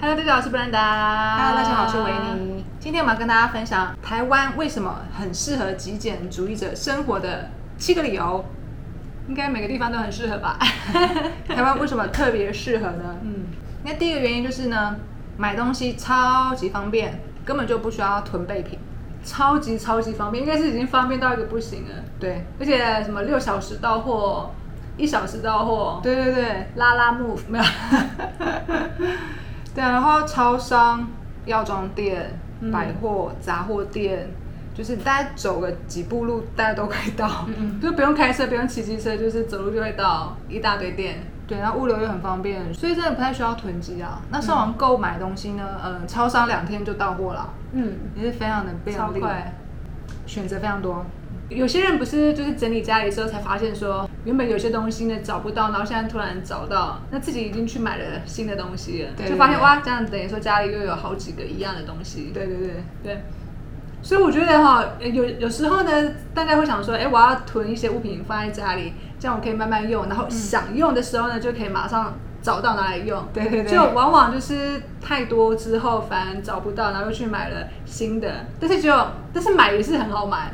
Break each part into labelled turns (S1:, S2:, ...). S1: Hello，大家好，我是布兰达。
S2: Hello，大家好，我是维。尼。
S1: 今天我们要跟大家分享台湾为什么很适合极简主义者生活的七个理由，应该每个地方都很适合 吧？台湾为什么特别适合呢？
S2: 嗯，
S1: 那第一个原因就是呢，买东西超级方便，根本就不需要囤备品，超级超级方便，应该是已经方便到一个不行了。
S2: 对，
S1: 而且什么六小时到货，一小时到货，
S2: 对对对，
S1: 拉拉木没有， 对啊，然后超商、药妆店、
S2: 嗯
S1: 百货、杂货店，就是你大概走个几步路，大家都可以到，
S2: 嗯嗯
S1: 就不用开车，不用骑机车，就是走路就会到一大堆店。对，然后物流又很方便，所以真的不太需要囤积啊。那上网购买东西呢，呃，超商两天就到货了，
S2: 嗯，
S1: 也是非常的便
S2: 超
S1: 利，
S2: 快，
S1: 选择非常多。有些人不是就是整理家里的时候才发现说，原本有些东西呢找不到，然后现在突然找到，那自己已经去买了新的东西了，
S2: 对
S1: 就发现哇，这样等于说家里又有好几个一样的东西。
S2: 对对对，
S1: 对，所以我觉得哈，呃有有时候呢，大家会想说，哎、我要囤一些物品放在家里，这样我可以慢慢用，然后想用的时候呢，就可以马上找到拿来用。
S2: 对对对
S1: 就往往就是太多之后，反而找不到，然后又去买了新的，但是就但是买也是很 好买，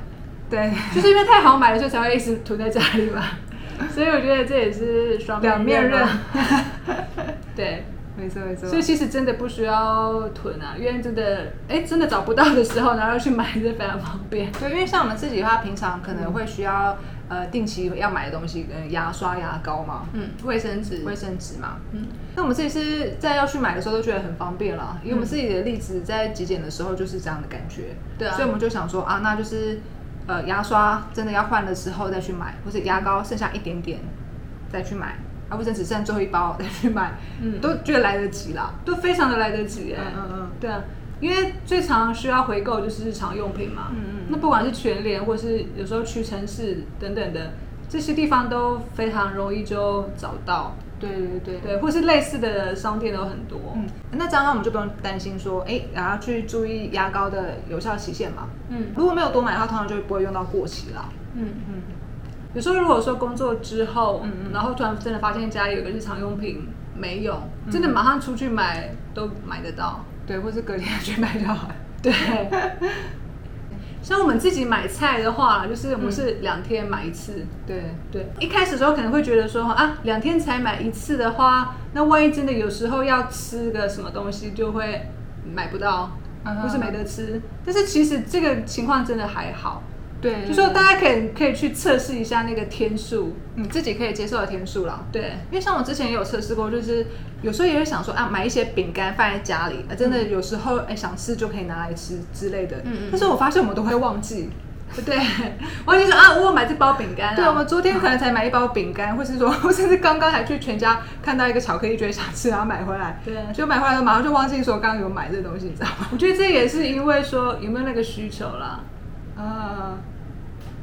S2: 对，
S1: 就是因为太好买了，所以才会一直囤在家里嘛。所以我觉得这也是 双
S2: 两面刃
S1: 刃。 对，
S2: 没错没错
S1: 所以其实真的不需要囤啊，因为真的，哎，真的找不到的时候，然后去买是非常方便。
S2: 对，因为像我们自己的话，平常可能
S1: 嗯
S2: 会需要呃定期要买的东西，呃，牙刷、牙膏嘛，
S1: 嗯，卫生纸，
S2: 卫生纸嘛。
S1: 嗯，
S2: 那我们自己是在要去买的时候都觉得很方便了，因为我
S1: 嗯
S2: 们自己的例子在极简的时候就是这样的感觉。
S1: 对啊
S2: 所以我们就想说啊，那就是呃牙刷真的要换的时候再去买，或者牙膏剩下一点点再去买，啊卫生纸剩最后一包再去买，
S1: 嗯
S2: 都觉得来得及啦。
S1: 都非常的来得及耶。
S2: 嗯嗯
S1: 对啊，因为最常需要回购就是日常用品嘛。
S2: 嗯嗯
S1: 那不管是全联，或是有时候屈臣氏等等的，这些地方都非常容易就找到。
S2: 对对对
S1: 对，或是类似的商店都很多。
S2: 嗯，那这样的话我们就不用担心说，哎、然后去注意牙膏的有效期限嘛。
S1: 嗯
S2: 如果没有多买的话，通常就不会用到过期啦。
S1: 嗯。
S2: 嗯，
S1: 有时候如果说工作之后，
S2: 嗯嗯
S1: 然后突然真的发现家里有个日常用品没有，
S2: 嗯
S1: 真的马上出去买都买得到。
S2: 对，或是隔天去 买就好了。
S1: 对，像我们自己买菜的话，就是我们是两天买一次。
S2: 嗯对，
S1: 对，一开始的时候可能会觉得说啊，两天才买一次的话，那万一真的有时候要吃个什么东西，就会买不到，
S2: 嗯哼
S1: 或是没得吃。但是其实这个情况真的还好，
S2: 对
S1: 就
S2: 就
S1: 说
S2: 说大
S1: 大家可以可以去测试一下那个天数。
S2: 你自己可以接受的天数啦。
S1: 对，
S2: 因为像我之前也有测试过，就是有时候也会想说啊，买一些饼干放在家里，啊、真的有时候哎、想吃就可以拿来吃之类的。
S1: 嗯嗯
S2: 但是我发现我们都会忘记。
S1: 对，我就说啊，我有买这包饼干、啊。
S2: 对，我们昨天可能才买一包饼干，或是说， 我甚至刚刚还去全家看到一个巧克力，觉得想吃，然后买回来。
S1: 对
S2: 就买回来，马上就忘记说刚刚有买这东西，你知道吗？
S1: 我觉得这也是因为说有没有那个需求啦。
S2: 啊，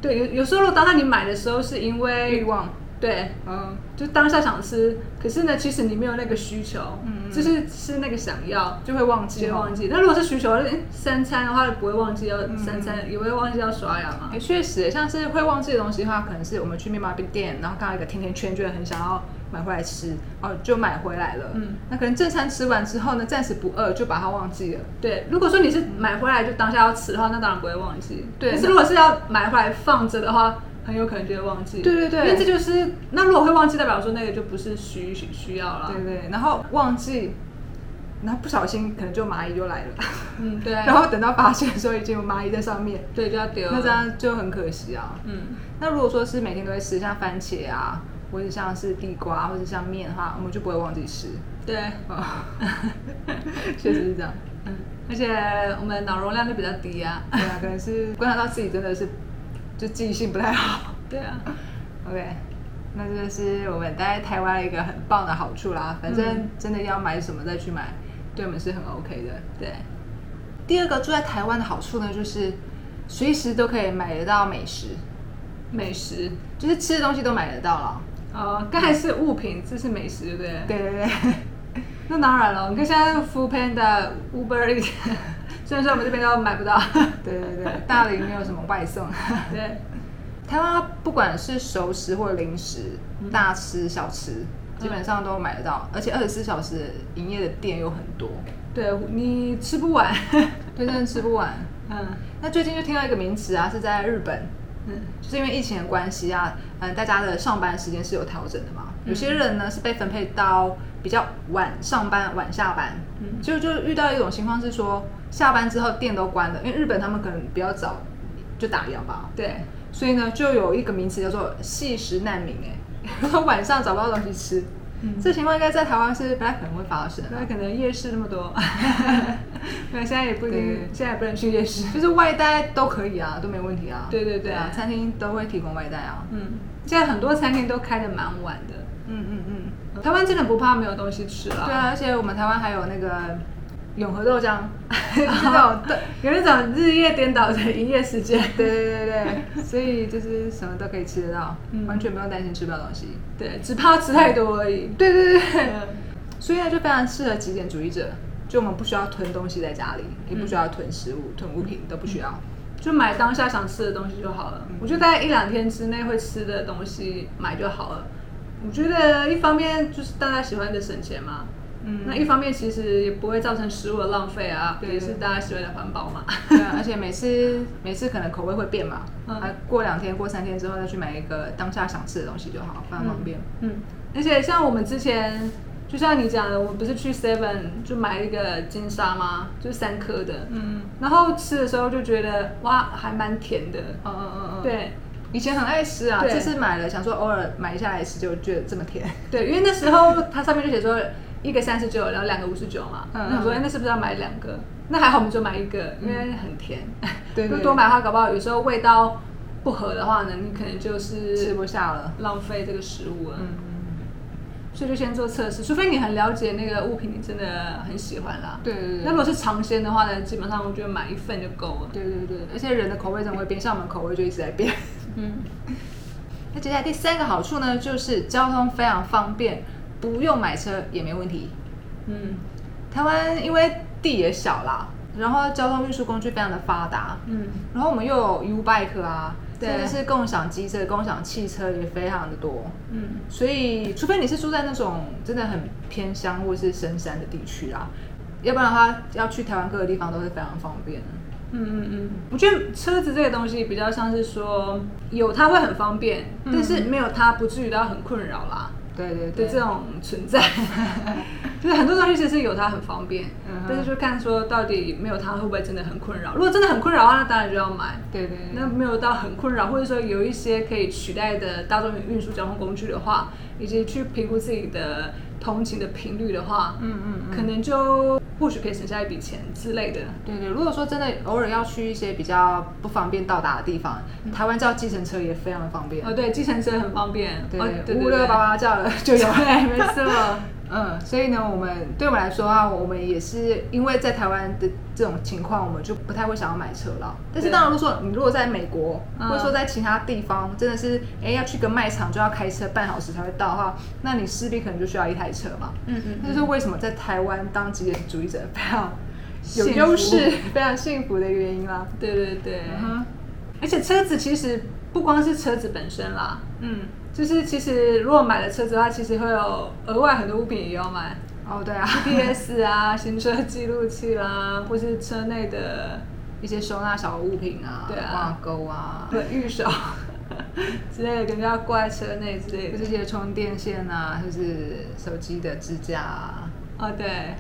S1: 对，有有时候当下你买的时候是因为
S2: 欲，望，
S1: 对，
S2: 嗯，
S1: 就当下想吃，可是呢，其实你没有那个需求，
S2: 嗯嗯
S1: 就是是那个想要。
S2: 就会忘
S1: 直
S2: 记哦
S1: 接
S2: 哈。
S1: 忘记。那如果是需求，诶三餐的话不会忘记要
S2: 嗯
S1: 三餐，也会忘记要刷牙嘛
S2: 哎，。确实，像是会忘记的东西的话，可能是我们去面包店，然后看到一个甜甜圈，觉得很想要买回来吃，哦，就买回来了。
S1: 嗯，
S2: 那可能正餐吃完之后呢，暂时不饿，就把它忘记了。
S1: 对，如果说你是买回来就当下要吃的话，那当然不会忘记。
S2: 对
S1: 但是如果是要买回来放着的话，很有可能就会忘记。
S2: 对对对
S1: 因为这就是那如果会忘记，代表说那个就不是需需需要了。
S2: 对对，然后忘记，然后不小心可能就蚂蚁就来了，
S1: 嗯，对。
S2: 然后等到发现的时候已经有蚂蚁在上面，
S1: 对就要丢了。
S2: 那这样就很可惜啊。
S1: 嗯，
S2: 那如果说是每天都会吃，像番茄啊，或者像是地瓜，或者像面的话，我们就不会忘记吃。
S1: 对，
S2: 啊， 确实是这样。
S1: 嗯，而且我们脑容量就比较低啊。
S2: 对啊，可能是观察到自己真的是就记性不太好。
S1: 对啊，
S2: OK，那这就是我们待在台湾的一个很棒的好处啦。反正
S1: 嗯
S2: 真的要买什么再去买，对我们是很 OK 的。
S1: 对，
S2: 第二个住在台湾的好处呢，就是随时都可以买得到美食，
S1: 美食
S2: 就是吃的东西都买得到了。
S1: 哦，刚才是物品，这是美食，对不对？
S2: 对对 对，
S1: 那当然了，你看现在 Food Panda、Uber Eats，虽然说我们这边都买不到，
S2: 对对对，大理没有什么外送。
S1: 对，
S2: 嗯台湾不管是熟食或零食，大吃小吃，基本上都买得到，而且二十四小时营业的店有很多，
S1: 对你吃不完，
S2: 对，真的吃不完。
S1: 嗯
S2: 那最近就听到一个名词啊，是在日本，
S1: 嗯
S2: 就是因为疫情的关系啊，嗯、大家的上班时间是有调整的嘛。有些人呢是被分配到比较晚上班、晚下班，
S1: 嗯
S2: 就就遇到一种情况是说，下班之后店都关了，因为日本他们可能比较早就打烊吧，
S1: 对，
S2: 所以呢就有一个名词叫做“细食难民、欸”， 哎，晚上找不到东西吃，
S1: 嗯
S2: 这情况应该在台湾是不太可能会发生啊、
S1: 那可能夜市那么多， 那现在也不一定
S2: 对，
S1: 现在也不能去夜市。
S2: 就是外带都可以啊，都没问题啊。
S1: 对对对
S2: 啊，餐厅都会提供外带啊。
S1: 嗯，现在很多餐厅都开的蛮晚的，
S2: 嗯嗯嗯，
S1: 台湾真的不怕没有东西吃了。
S2: 对啊，而且我们台湾还有那个永和豆 浆，
S1: 那种对，有那种日夜颠倒的营业时间。
S2: 对对对对，所以就是什么都可以吃得到，
S1: 嗯
S2: 完全不用担心吃不到东西。
S1: 对，只怕吃太多而已。
S2: 对对对对，
S1: 嗯
S2: 所以呢就非常适合极简主义者，就我们不需要囤东西在家里，也不需要囤食物、囤物品，都不需要。
S1: 就买当下想吃的东西就好了。我觉得大概一两天之内会吃的东西买就好了。我觉得一方面就是大家喜欢的省钱嘛，
S2: 嗯
S1: 那一方面其实也不会造成食物的浪费啊，
S2: 对
S1: 也是大家喜欢的环保嘛。
S2: 对啊，而且每次每次可能口味会变嘛，
S1: 嗯
S2: 啊，过两天、过三天之后再去买一个当下想吃的东西就好，非常方便。
S1: 嗯，而且像我们之前，就像你讲的，我不是去 Seven 就买一个金沙吗？就是三颗的，
S2: 嗯
S1: 然后吃的时候就觉得哇，还蛮甜的。
S2: 嗯嗯嗯，，
S1: 对
S2: 以前很爱吃啊，
S1: 对
S2: 这次买了想说偶尔买一下来吃，就觉得这么甜。
S1: 对，因为那时候它上面就写说一个三十九，然后两个五十九嘛。
S2: 嗯嗯
S1: 嗯，我说哎那是不是要买两个？那还好，我们就买一个，因为很甜。
S2: 对对
S1: 就
S2: 对
S1: 多买的话，搞不好有时候味道不合的话呢，你可能就是
S2: 吃不下了。
S1: 浪费这个食物了。
S2: 嗯，
S1: 所以就先做测试，除非你很了解那个物品，你真的很喜欢啦。
S2: 对对对
S1: 那如。果是尝鲜的话呢，基本上我觉得买一份就够了。
S2: 对对对，而且人的口味真的会变，像我们口味就一直在变。
S1: 嗯，
S2: 那接下来第三个好处呢，就是交通非常方便，不用买车也没问题。
S1: 嗯
S2: 台湾因为地也小啦，然后交通运输工具非常的发达，
S1: 嗯
S2: 然后我们又有 U Bike 啊，
S1: 对
S2: 甚至是共享机车、共享汽车也非常的多。
S1: 嗯
S2: 所以，除非你是住在那种真的很偏乡或是深山的地区啦，要不然的话，要去台湾各个地方都是非常方便的。
S1: 嗯嗯嗯，我觉得车子这个东西比较像是说有它会很方便，
S2: 嗯
S1: 但是没有它不至于到很困扰啦
S2: 对对
S1: 的
S2: 对，
S1: 这种存 在。就是很多东西其实有它很方便，
S2: 嗯哼
S1: 但是就看说到底没有它会不会真的很困扰。如果真的很困扰的话，那当然就要买。
S2: 对对对
S1: 那没有到很困扰，或者说有一些可以取代的大众运输交通工具的话，以及去评估自己的通勤的频率的话，
S2: 嗯嗯嗯，
S1: 可能就或许可以省下一笔钱之类的。
S2: 对对。如果说真的偶尔要去一些比较不方便到达的地方，台湾叫计程车也非常的方便。
S1: 哦，对，计程车很方便，
S2: 对
S1: 哦
S2: 对，五六八，八叫了就有。
S1: 对， 没错，
S2: 嗯，所以呢，我们对我们来说啊，我们也是因为在台湾的这种情况，我们就不太会想要买车了。但是
S1: 对
S2: 当然，如果说你如果在美国，
S1: 嗯
S2: 或者说在其他地方，真的是哎要去个卖场就要开车半小时才会到的话，那你势必可能就需要一台车嘛。
S1: 嗯嗯
S2: 这就是为什么在台湾当极简主义者非常有
S1: 幸福
S2: 优势、非常幸福的原因啦。
S1: 对对对。
S2: 嗯
S1: 而且车子其实不光是车子本身啦，
S2: 嗯，
S1: 就是其实如果买了车子的话，其实会有额外很多物品也 要买。
S2: 哦对啊，
S1: GPS 啊，行车记录器啦，或是车内的
S2: 一些收纳小物品 啊，
S1: 对啊
S2: 挂钩啊，
S1: 对预手 之类的，可能要挂在车内之类
S2: 就
S1: 的。
S2: 是一些充电线啊，就是手机的支架啊。
S1: 哦，对，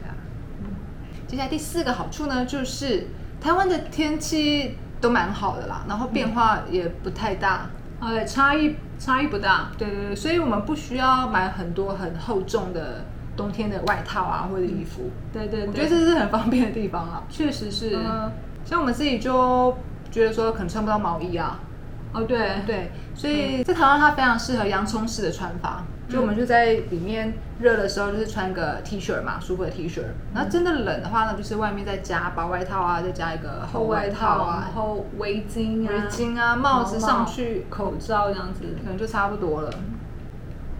S2: 接下来第四个好处呢，就是台湾的天气都蛮好的啦，然后变化也不太大。
S1: 哦对，差异差异不大。
S2: 对对对，所以我们不需要买很多很厚重的冬天的外套啊，或者衣服。
S1: 对对对，
S2: 我觉得这是很方便的地方啊。
S1: 确实是。
S2: 嗯，像我们自己就觉得说可能穿不到毛衣啊，
S1: 哦，对，
S2: 对，所以在台湾它非常适合洋葱式的穿法，就我们就在里面热的时候就是穿个 T 恤嘛，舒服的 T 恤。然后真的冷的话呢，就是外面再加薄外套啊，再加一个
S1: 厚
S2: 厚
S1: 外
S2: 外
S1: 套
S2: 套
S1: 啊，
S2: 啊
S1: 然，后围巾啊，
S2: 围巾啊，帽子上去，
S1: 口罩这样子，
S2: 可能就差不多了。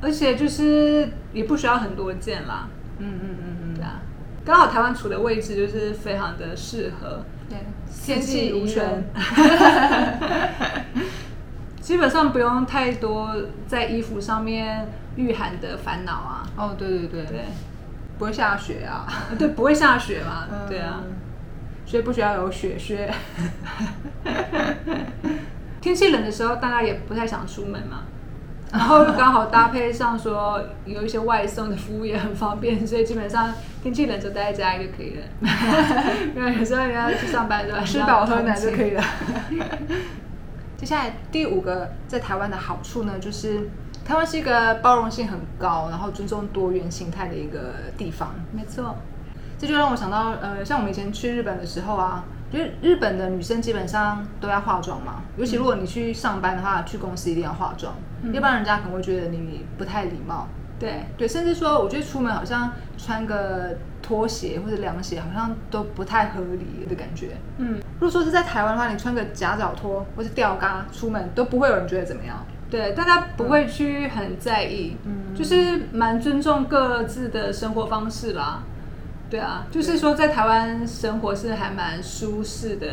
S1: 而且就是也不需要很多件啦，
S2: 嗯嗯嗯
S1: 对啊。刚好台湾处的位置就是非常的适合，
S2: 嗯，对，
S1: 天气宜人。 基本上不用太多在衣服上面御寒的烦恼啊。
S2: 哦，对对对，
S1: 对，
S2: 不会下雪啊，
S1: 对，不会下雪嘛？对啊，
S2: 嗯，所以不需要有雪靴。
S1: 天气冷的时候，大家也不太想出门嘛。然后刚好搭配上说有一些外送的服务也很方便，所以基本上天气冷就待在家里就可以 了。因为有时候人家去上班的时候
S2: 啊吃饱喝暖就可以
S1: 了。
S2: 了。 接下来第五个在台湾的好处呢，就是台湾是一个包容性很高，然后尊重多元形态的一个地方。
S1: 没错，
S2: 这就让我想到，呃，像我们以前去日本的时候啊，就是日本的女生基本上都要化妆嘛，尤其如果你去上班的话，去公司一定要化妆，
S1: 嗯
S2: 要不然人家可能会觉得你不太礼貌。
S1: 对，
S2: 对，甚至说，我觉得出门好像穿个拖鞋或者凉鞋，好像都不太合理的感觉。
S1: 嗯，
S2: 如果说是在台湾的话，你穿个夹脚拖或是吊嘎出门，都不会有人觉得怎么样。
S1: 对，大家不会去很在意，
S2: 嗯
S1: 就是蛮尊重各自的生活方式啦。对啊，就是说在台湾生活是还蛮舒适的，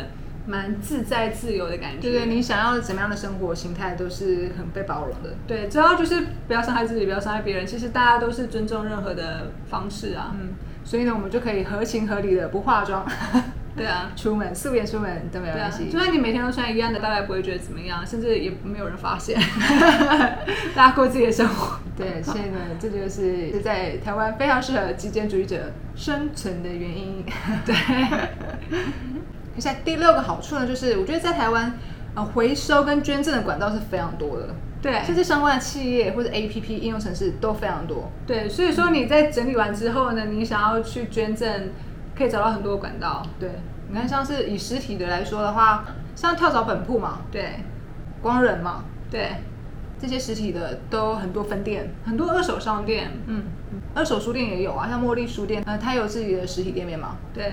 S1: 蛮自在自由的感觉。
S2: 对对，你想要怎么样的生活形态都是很被包容的。
S1: 对，只要就是不要伤害自己，不要伤害别人。其实大家都是尊重任何的方式啊。
S2: 嗯，所以呢，我们就可以合情合理的不化妆
S1: 对啊，
S2: 出门，素颜出门都没有
S1: 对啊
S2: 关，系
S1: 就。算你每天都穿一样的，大家也不会觉得怎么样，甚至也没有人发 现。大家过自己的生活。
S2: 对，所以呢，这就是是在台湾非常适合极简主义者生存的原因。 对。接下来第六个好处呢，就是我觉得在台湾，呃，回收跟捐赠的管道是非常多的，
S1: 对，
S2: 甚至相关的企业或者 APP 应用程式都非常多。
S1: 对，所以说你在整理完之后呢，你想要去捐赠，可以找到很多管道。
S2: 对，你看像是以实体的来说的话，像跳蚤本铺嘛、
S1: 对，
S2: 光仁嘛，
S1: 对，
S2: 这些实体的都很多分店。
S1: 很多二手商店，
S2: 嗯，二手书店也有啊，像茉莉书店，呃，它有自己的实体店面嘛，
S1: 对，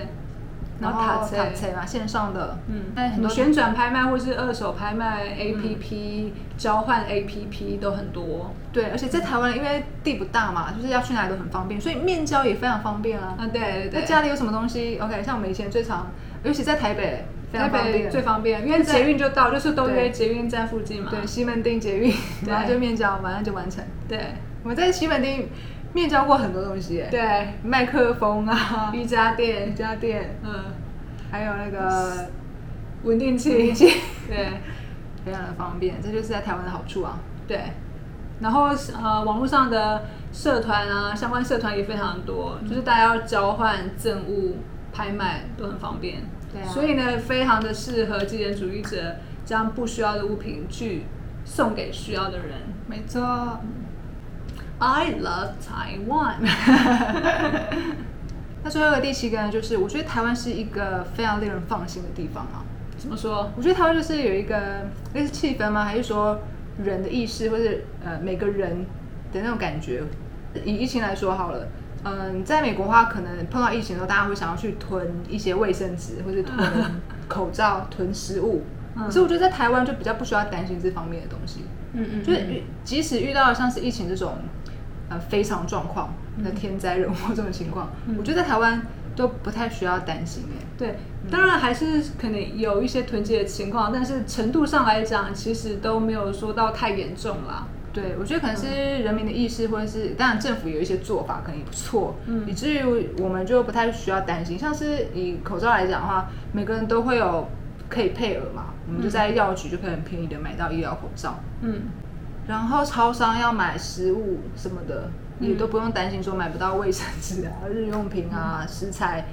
S2: 然
S1: 然
S2: 后
S1: 后哦塔
S2: 塔
S1: 车，
S2: 菜嘛，线上的，
S1: 嗯，
S2: 那很
S1: 很
S2: 多
S1: 多旋转拍卖或是二手拍卖 APP、交
S2: 嗯
S1: 换 APP 都很多。
S2: 对，而且在台湾因为地不大嘛，就是要去哪里都很方便，所以面交也非常方便啊。
S1: 啊，对对
S2: 那
S1: 对，
S2: 家里有什么东西，OK，像我们以前最常，尤其在台北，非
S1: 台
S2: 常方
S1: 北
S2: 便，
S1: 最方便，因为捷运就到，就是都
S2: 对
S1: 约捷运站附近嘛。
S2: 对西门町捷运，
S1: 对
S2: 然后就面交，马上就完成。
S1: 对
S2: 我们在西门町面交过很多东西，，
S1: 对，
S2: 麦克风啊，
S1: 瑜伽
S2: 瑜
S1: 垫，
S2: 伽垫，
S1: 嗯，
S2: 还有那个
S1: 稳定器，
S2: 定器
S1: 对
S2: 非常的方便，这就是在台湾的好处啊。
S1: 对。然后呃，网络上的社团啊，相关社团也非常多，
S2: 嗯
S1: 就是大家要交换赠物、拍卖都很方便。
S2: 对啊
S1: 所以呢，非常的适合极简主义者将不需要的物品去送给需要的人。
S2: 没错，
S1: I love Taiwan
S2: 那最后一个第七个呢，就是我觉得台湾是一个非常令人放心的地方啊。
S1: 怎么说？
S2: 我觉得台湾就是有一个类似气氛吗？还是说人的意识，或者呃每个人的那种感觉？以疫情来说好了，嗯、在美国的话，可能碰到疫情的时候，大家会想要去囤一些卫生纸，或者囤 口罩、囤食物。
S1: 嗯
S2: 可是我觉得在台湾就比较不需要担心这方面的东西。
S1: 嗯嗯
S2: 就是遇即使遇到像是疫情这种呃非常状况，那天灾人祸这种情况，
S1: 嗯
S2: 我觉得在台湾都不太需要担心哎。
S1: 对，当然还是可能有一些囤积的情况，但是程度上来讲，其实都没有说到太严重啦。
S2: 对，我觉得可能是
S1: 嗯
S2: 人民的意识，或者是当然政府有一些做法可能也不错，
S1: 嗯
S2: 以至于我们就不太需要担心。像是以口罩来讲的话，每个人都会有可以配额嘛，我们就在药局就可以很便宜的买到医疗口罩，
S1: 嗯，
S2: 然后超商要买食物什么的，
S1: 嗯
S2: 也都不用担心说买不到卫生纸啊、日用品啊、
S1: 嗯
S2: 食材、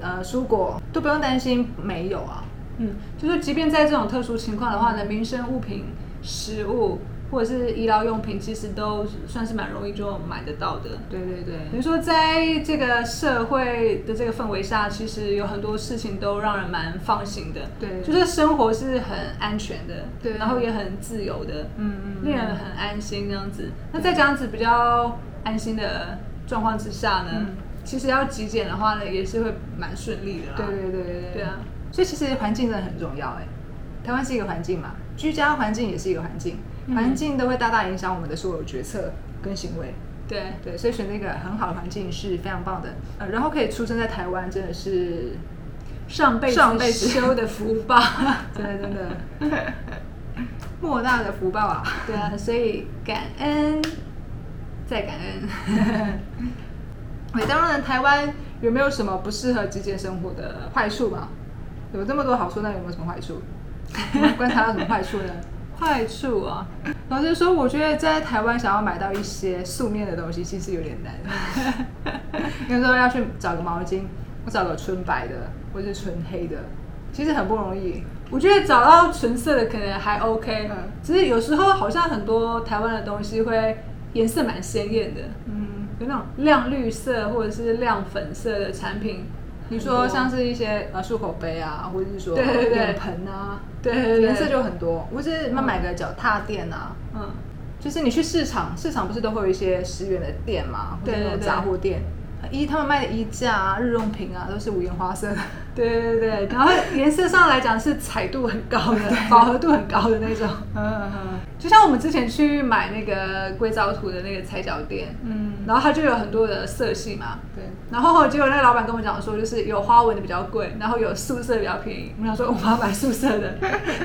S2: 呃蔬果都不用担心没有啊。
S1: 嗯，就是即便在这种特殊情况的话呢，民生物品、食物或者是医疗用品，其实都算是蛮容易就买得到的。
S2: 对对对，
S1: 等于说，在这个社会的这个氛围下，其实有很多事情都让人蛮放心的。
S2: 对
S1: 就是生活是很安全的，
S2: 对
S1: 然后也很自由的，
S2: 嗯嗯嗯
S1: 令人很安心这样子。那在这样子比较安心的状况之下呢，
S2: 嗯
S1: 其实要极简的话呢，也是会蛮顺利的啦。
S2: 对对对对
S1: 对啊，
S2: 所以其实环境真的很重要哎、台湾是一个环境嘛，居家环境也是一个环境，
S1: 嗯
S2: 环境都会大大影响我们的所有决策跟行为。
S1: 对
S2: 对，所以选择一个很好的环境是非常棒的。呃，然后可以出生在台湾，真的是，
S1: 上辈
S2: 上辈子
S1: 修的福报。
S2: 真的真的。莫大的福报啊！
S1: 对啊，所以感恩，再感恩。
S2: 每当然，台湾有没有什么不适合极简生活的坏处嘛？有这么多好处，那有没有什么坏 处？ 你们观察到什么坏处呢？
S1: 坏处啊，
S2: 老实说，我觉得在台湾想要买到一些素面的东西，其实有点难。 有时候要去找个毛巾，我找个纯白的，或是纯黑的，其实很不容易。
S1: 我觉得找到纯色的可能还 OK，、
S2: 嗯
S1: 只是有时候好像很多台湾的东西会颜色蛮鲜艳的，
S2: 嗯，
S1: 有那种亮绿色或者是亮粉色的产品。
S2: 你
S1: 很
S2: 说
S1: 多啊
S2: 像是一些呃漱口杯啊，或者是说
S1: 对对对
S2: 脸盆啊，
S1: 对对对，
S2: 颜色就很多。或是买个脚踏垫啊，
S1: 嗯，
S2: 就是你去市场，市场不是都会有一些十元的店嘛，或者那
S1: 对
S2: 种
S1: 对对
S2: 杂货店，衣他们卖的衣架啊、日用品啊，都是五颜花色的。
S1: 对对对，然后颜色上来讲是彩度很高 的，饱和度很高的那种。
S2: 嗯
S1: 就像我们之前去买那个硅藻土的那个踩脚垫，
S2: 嗯，
S1: 然后它就有很多的色系嘛，
S2: 对。
S1: 然后结果那个老板跟我讲说，就是有花纹的比较贵，然后有素色比较便宜。我想说，我要买素色 的，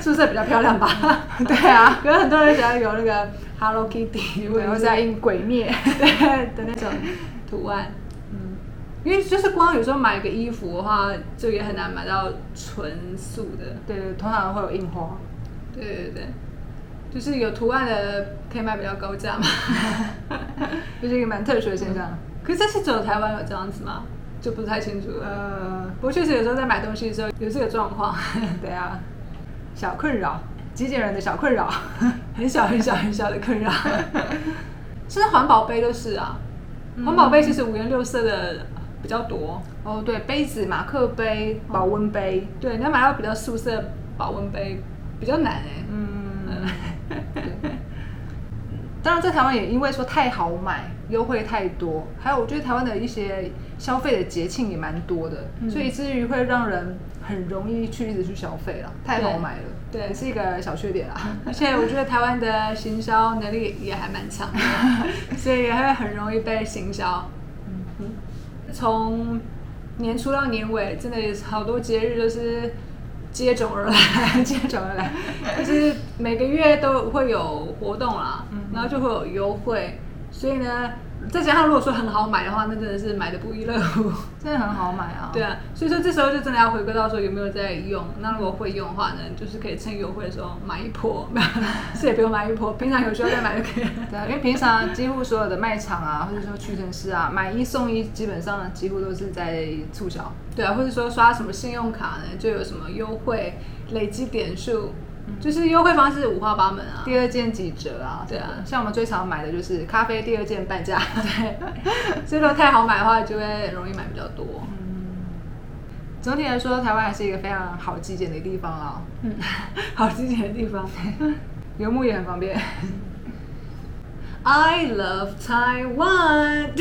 S1: 素色比较漂亮吧？ 对啊，可是很多人喜欢有那个 Hello Kitty 或
S2: 对，
S1: 者
S2: 我
S1: 是
S2: 在印鬼灭。
S1: 对的那种图案。
S2: 嗯，
S1: 因为就是光有时候买个衣服的话，就也很难买到纯素的。
S2: 对对，通常会有印花。
S1: 对对对，就是有图案的可以卖比较高 价嘛。
S2: 就是一个蛮特殊的现象。
S1: 可是这是只有台湾有这样子吗？就不太清楚了。
S2: 呃，
S1: 不过确实有时候在买东西的时候有这个状况，
S2: 对啊，小困扰，极简人的小困扰。
S1: 很小很小很小的 困扰。甚至环保杯都是啊，
S2: 嗯
S1: 环保杯其实五颜六色的比较多。
S2: 哦，对，杯子、马克杯、保温杯，
S1: 对，你要买到比较素色的保温杯比较难哎、
S2: 嗯，对。当然，在台湾也因为说太好买，优惠太多，还有我觉得台湾的一些消费的节庆也蛮多的，
S1: 嗯
S2: 所以以至于会让人很容易去一直去消费了，太好买了，
S1: 对对
S2: 也是一个小缺点啦。
S1: 而且我觉得台湾的行销能力也还蛮强的，所以也会很容易被行销。嗯，从年初到年尾，真的有好多节日都是接踵而来， 接踵而来，就是每个月都会有活动啦，然后就会有优惠，所以呢，再加上如果说很好买的话，那真的是买的不亦乐乎。
S2: 真的很好买啊。
S1: 对啊，所以说这时候就真的要回归到说有没有在用。那如果会用的话呢，就是可以趁优惠的时候买一波， 是也不用买一波，平常有需要再买就 可以了。
S2: 对啊，因为平常几乎所有的卖场啊，或者说屈臣氏啊，买一送一基本上呢几乎都是在促销。
S1: 对啊，或者说刷什么信用卡呢，就有什么优惠，累积点数，就是优惠方式五花八门
S2: 嗯
S1: 啊。
S2: 第二件几折啊？
S1: 对啊
S2: 像我们最常买的就是咖啡第二件半价。
S1: 对，所以如果太好买的话，就会容易买比较多。
S2: 总体来说，台湾还是一个非常好极简的地方啊，
S1: 嗯，好积极的地方。
S2: 游牧也很方便。
S1: I love Taiwan 。